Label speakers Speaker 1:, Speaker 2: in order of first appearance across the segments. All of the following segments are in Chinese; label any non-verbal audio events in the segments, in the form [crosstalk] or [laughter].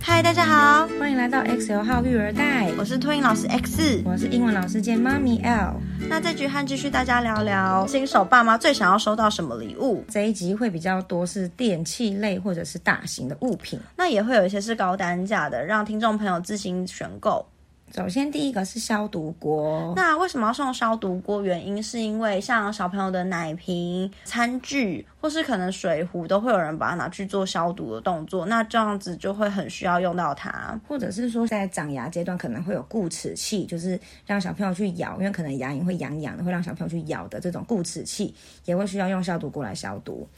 Speaker 1: 嗨，大家好，
Speaker 2: 欢迎来到 XL 号育儿袋，
Speaker 1: 我是托英老师 X。
Speaker 2: 我是英文老师兼妈咪 L。
Speaker 1: 那这局和继续大家聊聊新手爸妈最想要收到什么礼物，
Speaker 2: 这一集会比较多是电器类或者是大型的物品。
Speaker 1: 那也会有一些是高单价的，让听众朋友自行选购。
Speaker 2: 首先第一个是消毒锅，
Speaker 1: 那为什么要送消毒锅？原因是因为像小朋友的奶瓶、餐具，或是可能水壶，都会有人把它拿去做消毒的动作。那这样子就会很需要用到它。
Speaker 2: 或者是说在长牙阶段可能会有固齿器，就是让小朋友去咬，因为可能牙龈会痒痒的，会让小朋友去咬的这种固齿器，也会需要用消毒锅来消毒。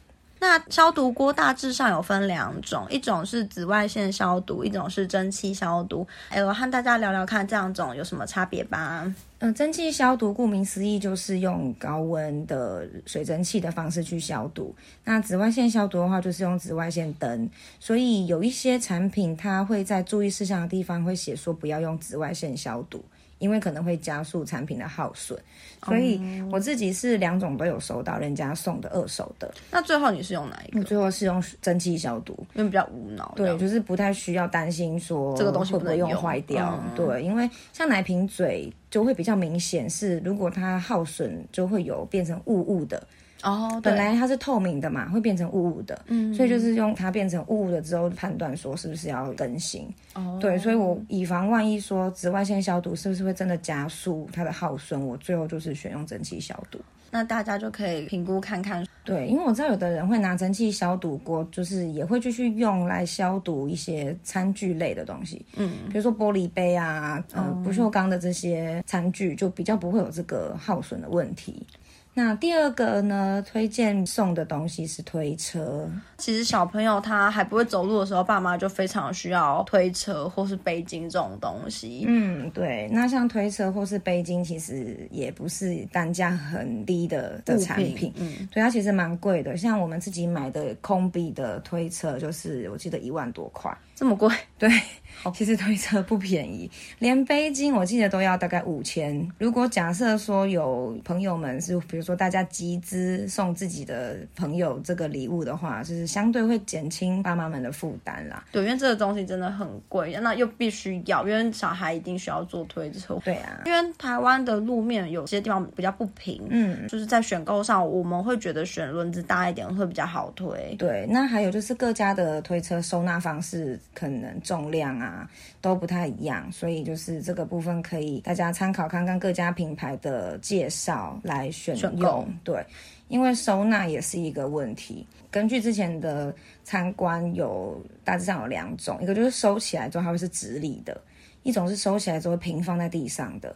Speaker 1: 那消毒锅大致上有分两种，一种是紫外线消毒，一种是蒸汽消毒。哎，我和大家聊聊看这两种有什么差别吧。
Speaker 2: 嗯，蒸汽消毒顾名思义就是用高温的水蒸气的方式去消毒。那紫外线消毒的话，就是用紫外线灯。所以有一些产品，它会在注意事项的地方会写说不要用紫外线消毒，因为可能会加速产品的耗损。所以我自己是两种都有收到人家送的二手的，
Speaker 1: 那最后你是用哪一个？
Speaker 2: 我最后是用蒸汽消毒。
Speaker 1: 因为比较无脑。
Speaker 2: 嗯对，就是不太需要担心说
Speaker 1: 这个东西
Speaker 2: 会
Speaker 1: 不
Speaker 2: 不
Speaker 1: 能
Speaker 2: 会用
Speaker 1: 用
Speaker 2: 坏掉。
Speaker 1: 嗯
Speaker 2: 对，因为像奶瓶嘴就会比较明显，是如果它耗损就会有变成雾雾的。
Speaker 1: 哦，对，
Speaker 2: 本来它是透明的嘛，会变成雾雾的。嗯，所以就是用它变成雾雾的之后判断说是不是要更新。
Speaker 1: 哦
Speaker 2: 对，所以我以防万一说紫外线消毒是不是会真的加速它的耗损，我最后就是选用蒸汽消毒。
Speaker 1: 那大家就可以评估看看。
Speaker 2: 对，因为我知道有的人会拿蒸汽消毒锅，就是也会继续用来消毒一些餐具类的东西，嗯，比如说玻璃杯啊，呃，
Speaker 1: 哦
Speaker 2: 不锈钢的这些餐具就比较不会有这个耗损的问题。那第二个呢，推荐送的东西是推车，
Speaker 1: 其实小朋友他还不会走路的时候，爸妈就非常需要推车或是背巾这种东西。
Speaker 2: 嗯，对。那像推车或是背巾，其实也不是单价很低的的
Speaker 1: 物
Speaker 2: 产
Speaker 1: 品
Speaker 2: 品，嗯，对，它其实蛮贵的。像我们自己买的空比的推车，就是我记得一万多块。
Speaker 1: 这么贵， [laughs]
Speaker 2: 对，其实推车不便宜， [laughs] 连背巾我记得都要大概五千。如果假设说有朋友们是，比如说大家集资送自己的朋友这个礼物的话，就是相对会减轻爸妈们的负担啦。
Speaker 1: 对，因为这个东西真的很贵，那又必须要，因为小孩一定需要坐推车。
Speaker 2: 对啊，
Speaker 1: 因为台湾的路面有些地方比较不平，
Speaker 2: 嗯，
Speaker 1: 就是在选购上，我们会觉得选轮子大一点会比较好推。
Speaker 2: 对。那还有就是各家的推车收纳方式，可能重量啊都不太一样，所以就是这个部分可以大家参考看看各家品牌的介绍来选
Speaker 1: 选购
Speaker 2: 用。对，因为收纳也是一个问题。根据之前的参观有大致上有两种，一个就是收起来之后它会是直立的，一种是收起来之后平放在地上的。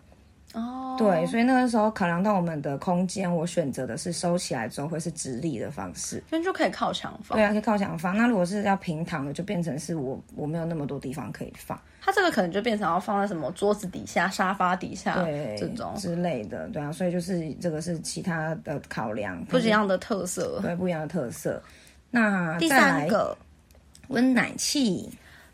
Speaker 1: 哦，
Speaker 2: 对，所以那个时候考量到我们的空间，我选择的是收起来之后会是直立的方式。
Speaker 1: 所以就可以靠墙放。
Speaker 2: 对啊，可以靠墙放。那如果是要平躺的，就变成是我我没有那么多地方可以放，
Speaker 1: 它这个可能就变成要放在什么桌子底下、沙发底下啊
Speaker 2: 对，
Speaker 1: 这种
Speaker 2: 之类的，对啊，所以就是这个是其他的考量，
Speaker 1: 不一，样的特色。
Speaker 2: 对不一样的特色。那
Speaker 1: 第
Speaker 2: 再
Speaker 1: 三
Speaker 2: 来
Speaker 1: 个，
Speaker 2: 温奶器，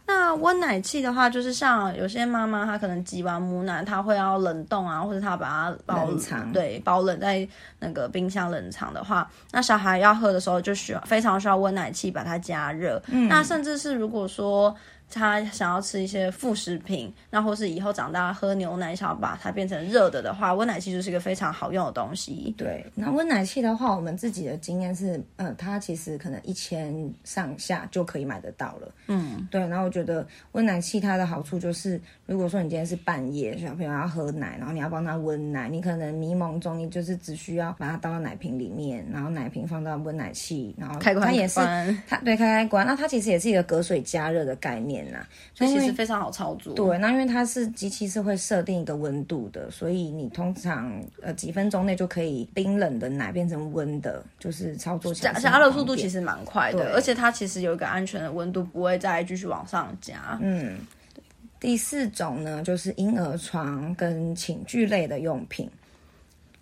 Speaker 1: 那温奶器的话，就是像有些妈妈她可能挤完母奶，她会要冷冻啊，或者她把它保
Speaker 2: 冷藏
Speaker 1: 对，保冷在那个冰箱冷藏的话，那小孩要喝的时候就需要非常需要温奶器把它加热。
Speaker 2: 嗯
Speaker 1: 那甚至是如果说。他想要吃一些副食品，那或是以后长大喝牛奶，想要把它变成热的的话，温奶器就是一个非常好用的东西。
Speaker 2: 对，那温奶器的话，我们自己的经验是，呃，它其实可能一千上下就可以买得到了。嗯，对。然后我觉得温奶器它的好处就是，如果说你今天是半夜小朋友要喝奶，然后你要帮他温奶，你可能迷蒙中，你就是只需要把它倒到奶瓶里面，然后奶瓶放到温奶器，然后
Speaker 1: 开关
Speaker 2: 它也是
Speaker 1: 关
Speaker 2: 它对开开关，那它其实也是一个隔水加热的概念呐。
Speaker 1: 所以
Speaker 2: 因
Speaker 1: 其
Speaker 2: 为
Speaker 1: 实非常好操作。
Speaker 2: 对，那因为它是机器是会设定一个温度的，所以你通常呃几分钟内就可以冰冷的奶变成温的，就是操作起
Speaker 1: 加
Speaker 2: 来是
Speaker 1: 加热
Speaker 2: 很
Speaker 1: 速度
Speaker 2: 方
Speaker 1: 其
Speaker 2: 便
Speaker 1: 实蛮快的，
Speaker 2: 对
Speaker 1: 而且它其实有一个安全的温度，不会再继续往上加。
Speaker 2: 嗯。第四种呢，就是婴儿床跟寝具类的用品。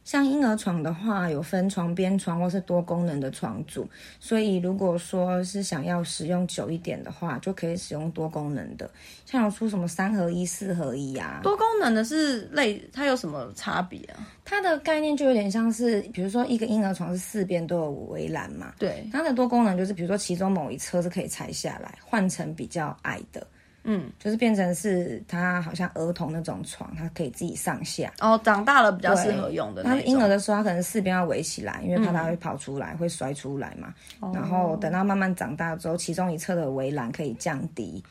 Speaker 2: 像婴儿床的话，有分床边床或是多功能的床组，所以如果说是想要使用久一点的话，就可以使用多功能的，像有出什么三合一、四合一啊，
Speaker 1: 多功能的是类，它有什么差别啊？
Speaker 2: 它的概念就有点像是，比如说一个婴儿床是四边都有围栏嘛，
Speaker 1: 对，
Speaker 2: 它的多功能就是，比如说其中某一侧是可以拆下来，换成比较矮的，
Speaker 1: 嗯，
Speaker 2: 就是变成是它好像儿童那种床，它可以自己上下。
Speaker 1: 哦，长大了比较适合用的
Speaker 2: 它
Speaker 1: 那
Speaker 2: 婴儿
Speaker 1: 种。
Speaker 2: 的时候，它可能四边要围起来，因为怕它会跑出来，会摔出来嘛。
Speaker 1: 哦
Speaker 2: 然后等到慢慢长大之后，其中一侧的围栏可以降低，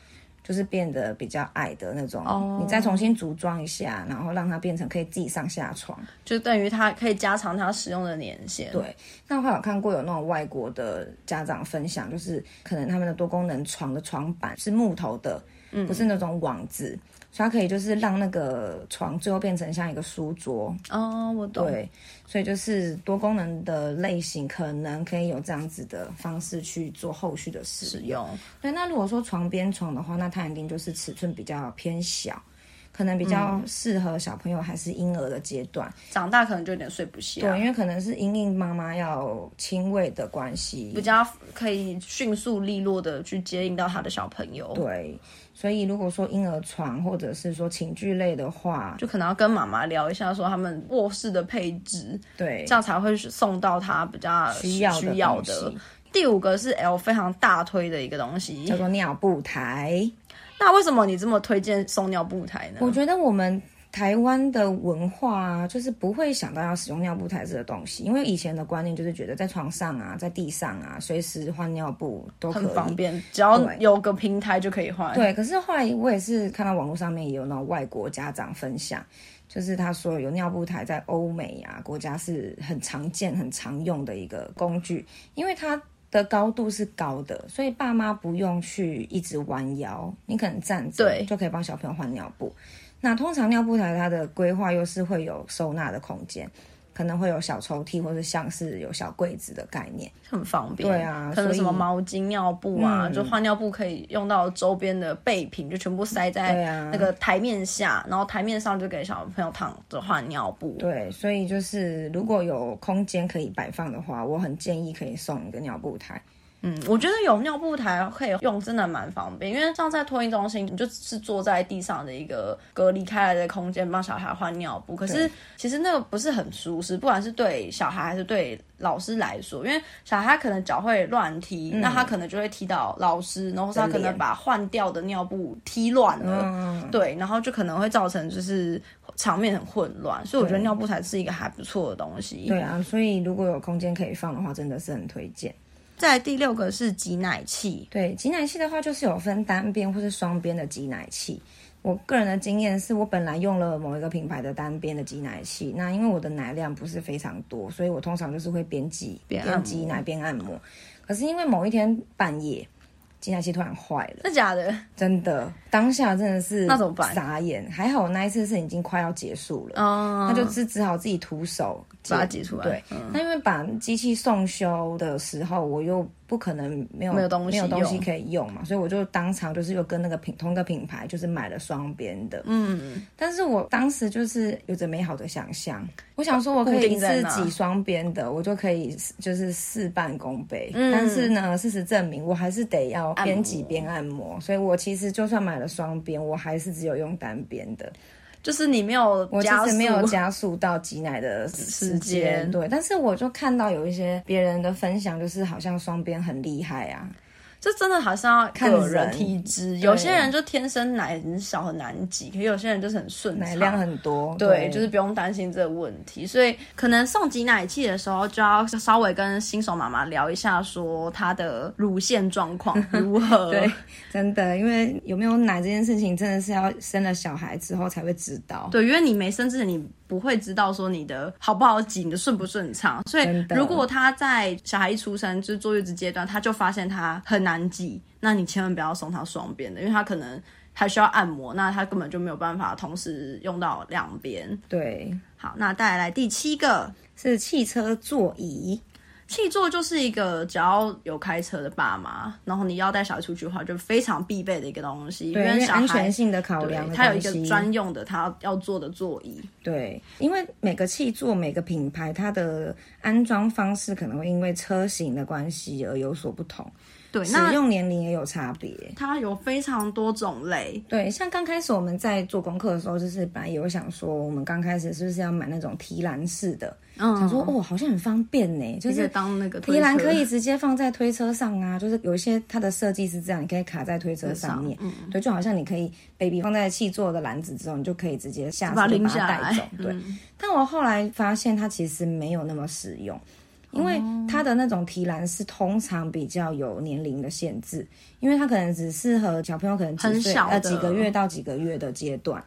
Speaker 2: 就是变得比较矮的那种。
Speaker 1: 哦
Speaker 2: 你再重新组装一下，然后让它变成可以自己上下床。
Speaker 1: 就等于它可以加长它使用的年限。
Speaker 2: 对那我有看过有那种外国的家长分享，就是可能他们的多功能床的床板是木头的，
Speaker 1: 嗯
Speaker 2: 不是那种网子，所以它可以就是让那个床最后变成像一个书桌。
Speaker 1: 哦，我懂。
Speaker 2: 对，所以就是多功能的类型可能可以有这样子的方式去做后续的使
Speaker 1: 使
Speaker 2: 用。
Speaker 1: 用
Speaker 2: 对，那如果说床边床的话，那它一定就是尺寸比较偏小。可能比
Speaker 1: 嗯
Speaker 2: 较适合小朋友还是婴儿的阶段，
Speaker 1: 长大可能就有点睡不下，
Speaker 2: 对，因为可能是因应妈妈要亲喂的关系，
Speaker 1: 比较可以迅速利落的去接应到他的小朋友。
Speaker 2: 对，所以如果说婴儿床或者是说寝具类的话，
Speaker 1: 就可能要跟妈妈聊一下，说他们卧室的配置，
Speaker 2: 对
Speaker 1: 这样才会送到他比较
Speaker 2: 需要的
Speaker 1: 需要
Speaker 2: 东
Speaker 1: 的
Speaker 2: 西。
Speaker 1: 第五个是 L 非常大推的一个东西
Speaker 2: 叫，做尿布台。
Speaker 1: 那为什么你这么推荐送尿布台呢？
Speaker 2: 我觉得我们台湾的文化啊，就是不会想到要使用尿布台这个东西，因为以前的观念就是觉得在床上啊，在地上啊，随时换尿布都可
Speaker 1: 很方
Speaker 2: 以。
Speaker 1: 便，只要
Speaker 2: 对
Speaker 1: 有个平台就可以换。，
Speaker 2: 对，可是后来我也是看到网络上面也有那种外国家长分享，就是他说有尿布台在欧美啊国家是很常见、很常用的一个工具，因为它的高度是高的，所以爸妈不用去一直弯腰，你可能站着
Speaker 1: 对
Speaker 2: 就可以帮小朋友换尿布。那通常尿布台它的规划又是会有收纳的空间，可能会有小抽屉或者像是有小柜子的概念。
Speaker 1: 很方便。
Speaker 2: 对啊
Speaker 1: 可能什么
Speaker 2: 所以
Speaker 1: 毛巾、尿布啊，
Speaker 2: 嗯
Speaker 1: 就换尿布可以用到周边的备品，就全部塞
Speaker 2: 对
Speaker 1: 在
Speaker 2: 啊
Speaker 1: 那个台面下，然后台面上就给小朋友躺着换尿布。
Speaker 2: 对，所以就是如果有空间可以摆放的话，我很建议可以送一个尿布台。
Speaker 1: 嗯，我觉得有尿布台可以用，真的蛮方便。因为像在托婴中心，你就只是坐在地上的一个隔离开来的空间，帮小孩换尿布。可是
Speaker 2: 对
Speaker 1: 其实那个不是很舒适，不管是对小孩还是对老师来说，因为小孩可能脚会乱踢，那他可能就会踢到老师，然后他可
Speaker 2: 的
Speaker 1: 能
Speaker 2: 嗯脸
Speaker 1: 把换掉的尿布踢乱了。
Speaker 2: 嗯，
Speaker 1: 对，然后就可能会造成就是场面很混乱，所以我觉得
Speaker 2: 对
Speaker 1: 尿布台是一个还不错的东西。
Speaker 2: 对啊，所以如果有空间可以放的话，真的是很推荐。
Speaker 1: 再来第六个是挤奶器，
Speaker 2: 对，挤奶器的话，就是有分单边或是双边的挤奶器。我个人的经验是我本来用了某一个品牌的单边的挤奶器，那因为我的奶量不是非常多，所以我通常就是会边挤
Speaker 1: 边按摩
Speaker 2: 挤奶边按摩。可是因为某一天半夜，挤奶器突然坏了。
Speaker 1: 真假的？
Speaker 2: 真的，当下真的是
Speaker 1: 那怎么办
Speaker 2: 傻眼，还好我那一次是已经快要结束了，
Speaker 1: 哦、
Speaker 2: 那就是只好自己徒手解
Speaker 1: 把它挤出来
Speaker 2: 对，那、因为把机器送修的时候，我又不可能没有
Speaker 1: 没有东西
Speaker 2: 没有东西
Speaker 1: 用
Speaker 2: 可以用嘛，所以我就当场就是又跟那个品同个品牌就是买了双边的，嗯，但是我当时就是有着美好的想象，我想说我可
Speaker 1: 哦固
Speaker 2: 以一
Speaker 1: 定在
Speaker 2: 次
Speaker 1: 那
Speaker 2: 挤双边的，我就可以就是事半功倍，
Speaker 1: 嗯
Speaker 2: 但是呢，事实证明我还是得要边挤边按摩，所以我其实就算买了双边，我还是只有用单边的，
Speaker 1: 就是你没有
Speaker 2: 我其
Speaker 1: 加
Speaker 2: 实
Speaker 1: 速，
Speaker 2: 没有加速到挤奶的时
Speaker 1: 时间
Speaker 2: 对，但是我就看到有一些别人的分享，就是好像双边很厉害啊，
Speaker 1: [laughs] 这真的好像要
Speaker 2: 看
Speaker 1: 个
Speaker 2: 人
Speaker 1: 人体质。有些人就天生奶很少很难挤，可有些人就是很顺
Speaker 2: 奶
Speaker 1: 畅，
Speaker 2: 量很多，
Speaker 1: 对，就是不用担心这个问题。所以可能送挤奶器的时候，就要稍微跟新手妈妈聊一下，说她的乳腺状况如何。
Speaker 2: [laughs] [laughs] 对，真的，因为有没有奶这件事情，真的是要生了小孩之后才会知道。
Speaker 1: 对，因为你没生之前，你不会知道说你的好不好挤，你的顺不顺畅。所以
Speaker 2: 真的
Speaker 1: 如果他在小孩一出生，就是坐月子阶段，他就发现他很难挤，那你千万不要送他双边的，因为他可能还需要按摩，那他根本就没有办法同时用到两边。
Speaker 2: 对，
Speaker 1: 好，那带来第七个。
Speaker 2: 是汽车座椅。
Speaker 1: 气座就是一个只要有开车的爸妈，然后你要带小孩出去的话，就非常必备的一个东西，
Speaker 2: 对，因为
Speaker 1: 小
Speaker 2: 安
Speaker 1: 孩
Speaker 2: 全性的考量的
Speaker 1: 对
Speaker 2: 关系，
Speaker 1: 他有一个专用的他要坐的座椅。
Speaker 2: 对，因为每个气座、每个品牌，它的安装方式可能会因为车型的关系而有所不同。
Speaker 1: 对，
Speaker 2: 使
Speaker 1: 那
Speaker 2: 用年龄也有差别。
Speaker 1: 它有非常多种类，
Speaker 2: 对，像刚开始我们在做功课的时候，就是本来有想说，我们刚开始是不是要买那种提篮式的？
Speaker 1: 嗯，
Speaker 2: 想说哦，好像很方便呢，就
Speaker 1: 就是是当那个推
Speaker 2: 提篮
Speaker 1: 车
Speaker 2: 可以直接放在推车上啊，就是有一些它的设计是这样，你可以卡在推车上面，
Speaker 1: 嗯
Speaker 2: 对，就好像你可以 baby 放在气座的篮子之后，你就可以直接下车
Speaker 1: 把它
Speaker 2: 就
Speaker 1: 拎
Speaker 2: 把它
Speaker 1: 下
Speaker 2: 带走
Speaker 1: 来，，
Speaker 2: 对。
Speaker 1: 嗯
Speaker 2: 但我后来发现它其实没有那么实用，因为它的那种提篮是通常比较有年龄的限制，因为它可能只适合小朋友可能几
Speaker 1: 很
Speaker 2: 岁
Speaker 1: 小
Speaker 2: 呃
Speaker 1: 的
Speaker 2: 几个月到几个月的阶段。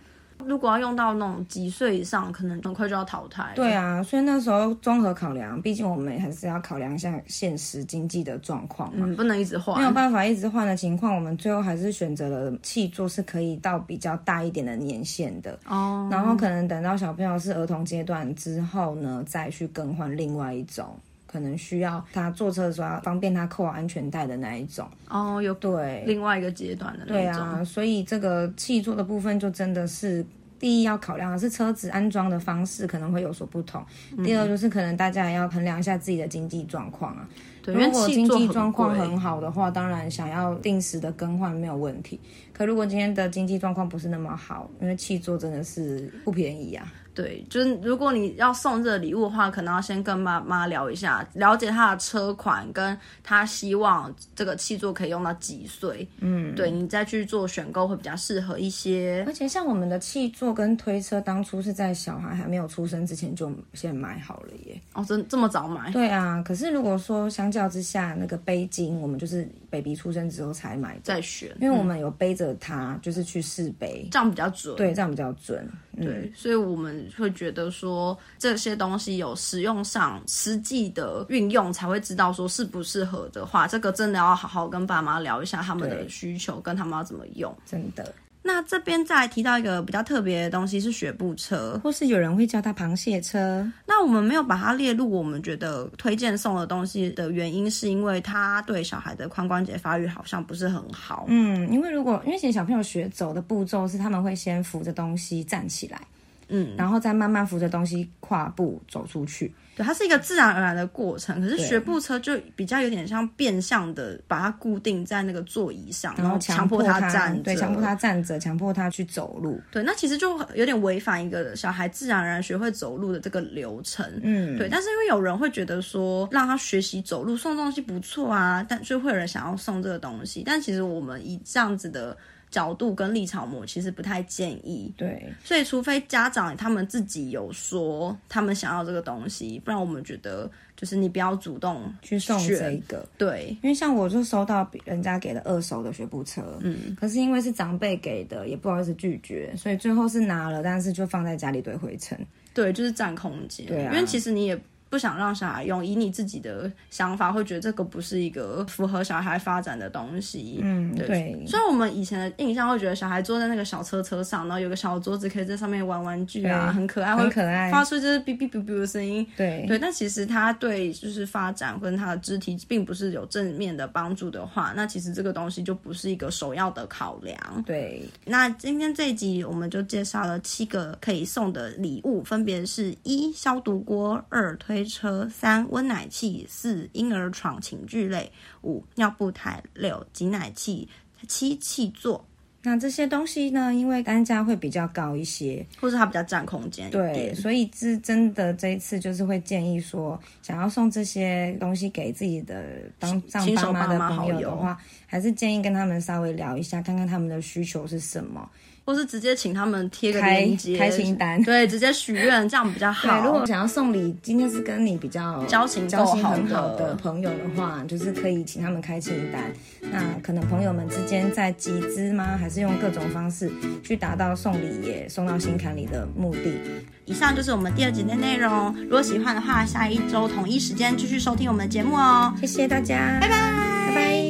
Speaker 1: 如果要用到那种几岁以上，可能很快就要淘汰。
Speaker 2: 对，啊，所以那时候综合考量，毕竟我们还是要考量一下现实经济的状况嘛。
Speaker 1: 嗯，不能一直
Speaker 2: 没有
Speaker 1: 换。
Speaker 2: 办法一直换的情况，我们最后还是选择了气座是可以到比较大一点的年限的。
Speaker 1: 哦，
Speaker 2: 然后可能等到小朋友是儿童阶段之后呢，再去更换另外一种，可能需要他坐车的时候要方便他扣好安全带的那一种。
Speaker 1: 哦，有
Speaker 2: 对，
Speaker 1: 另外一个阶段的
Speaker 2: 对
Speaker 1: 那
Speaker 2: 啊，
Speaker 1: 种。
Speaker 2: 所以这个气座的部分就真的是。第一要考量的是车子安装的方式可能会有所不同，第
Speaker 1: 嗯
Speaker 2: 二就是可能大家也要衡量一下自己的经济状况啊。
Speaker 1: 对，因
Speaker 2: 如
Speaker 1: 为
Speaker 2: 果
Speaker 1: 气
Speaker 2: 经
Speaker 1: 座
Speaker 2: 济
Speaker 1: 很
Speaker 2: 状况
Speaker 1: 贵
Speaker 2: 很好的话，当然想要定时的更换没有问题。可如果今天的经济状况不是那么好，因为气座真的是不便宜啊。
Speaker 1: 对，就是如果你要送这个礼物的话，可能要先跟妈妈聊一下，了解她的车款，跟她希望这个气座可以用到几岁。嗯，对你再去做选购会比较适合一些。
Speaker 2: 而且像我们的气座跟推车，当初是在小孩还没有出生之前就先买好了耶。
Speaker 1: 哦，真这么早买？
Speaker 2: 对啊，可是如果说相较之下，那个背巾我们就是 baby 出生之后才买的，
Speaker 1: 再选，
Speaker 2: 因为我们有背着它，就是去试背。
Speaker 1: 这样比较准。
Speaker 2: 对，这样比较准。嗯、
Speaker 1: 对，所以我们会觉得说这些东西有使用上实际的运用，才会知道说适不适合的话，这个真的要好好跟爸妈聊一下他们的
Speaker 2: 对
Speaker 1: 需求，跟他们要怎么用。
Speaker 2: 真的。
Speaker 1: 那这边再提到一个比较特别的东西是学步车，
Speaker 2: 或是有人会叫它螃蟹车，
Speaker 1: 那我们没有把它列入我们觉得推荐送的东西的原因，是因为它对小孩的髋关节发育好像不是很好。
Speaker 2: 嗯，因为如果因为其实小朋友学走的步骤是他们会先扶着东西站起来，
Speaker 1: 嗯，
Speaker 2: 然后再慢慢扶着东西跨步走出去。
Speaker 1: 对，它是一个自然而然的过程。可是
Speaker 2: 对
Speaker 1: 学步车就比较有点像变相的把它固定在那个座椅上，
Speaker 2: 然
Speaker 1: 后
Speaker 2: 后
Speaker 1: 强
Speaker 2: 迫
Speaker 1: 他
Speaker 2: 他
Speaker 1: 站着，
Speaker 2: 对，强迫他站着，强迫他去走路。
Speaker 1: 对，那其实就有点违反一个小孩自然而然学会走路的这个流程。
Speaker 2: 嗯，
Speaker 1: 对，但是因为有人会觉得说让他学习走路送东西不错啊，但就会有人想要送这个东西，但其实我们以这样子的角度跟立场，我其实不太建议。
Speaker 2: 对，
Speaker 1: 所以，除非家长他们自己有说他们想要这个东西，不然我们觉得就是你不要主动
Speaker 2: 去送这
Speaker 1: 选。
Speaker 2: 个。
Speaker 1: 对，
Speaker 2: 因为像我就收到人家给的二手的学步车，嗯，可是因为是长辈给的，也不好意思拒绝，所以最后是拿了，但是就放在家里堆灰尘。
Speaker 1: 对，就是占空间。
Speaker 2: 对啊
Speaker 1: 因为其实你也不想让小孩用，以你自己的想法会觉得这个不是一个符合小孩发展的东西。
Speaker 2: 嗯，
Speaker 1: 对
Speaker 2: 对，
Speaker 1: 虽然我们以前的印象会觉得小孩坐在那个小车车上，然后有个小桌子可以在上面玩玩具啊，
Speaker 2: 对
Speaker 1: 很可爱，
Speaker 2: 很
Speaker 1: 会
Speaker 2: 可爱。
Speaker 1: 发出就是哔哔哔哔的声音。
Speaker 2: 对，
Speaker 1: 对，但其实他对就是发展跟他的肢体并不是有正面的帮助的话，那其实这个东西就不是一个首要的考量。
Speaker 2: 对，
Speaker 1: 那今天这一集我们就介绍了七个可以送的礼物，分别是一消毒锅、二推车、三温奶器、四婴儿床寝具类、五尿布台、六挤奶器、七气座，
Speaker 2: 那这些东西呢，因为单价会比较高一些，
Speaker 1: 或是它比较占空间一
Speaker 2: 对，
Speaker 1: 点。
Speaker 2: 所以是真的这一次就是会建议说，想要送这些东西给自己的当上
Speaker 1: 新
Speaker 2: 爸
Speaker 1: 手
Speaker 2: 妈
Speaker 1: 爸
Speaker 2: 的
Speaker 1: 妈
Speaker 2: 朋
Speaker 1: 好
Speaker 2: 友的
Speaker 1: 友
Speaker 2: 话，还是建议跟他们稍微聊一下，看看他们的需求是什么。
Speaker 1: 或是直接请他们贴个
Speaker 2: 开
Speaker 1: 链接，
Speaker 2: 开清单
Speaker 1: 对，直接许愿，这样比较好。
Speaker 2: 对，如果想要送礼，今天是跟你比较
Speaker 1: 交情够
Speaker 2: 交情很
Speaker 1: 好
Speaker 2: 好
Speaker 1: 的
Speaker 2: 的朋友的话，就是可以请他们开清单。那可能朋友们之间在集资吗？还是用各种方式去达到送礼也送到心坎里的目的？
Speaker 1: 以上就是我们第二集的内容。如果喜欢的话，下一周同一时间继续收听我们的节目哦。
Speaker 2: 谢谢大家，拜拜，拜拜。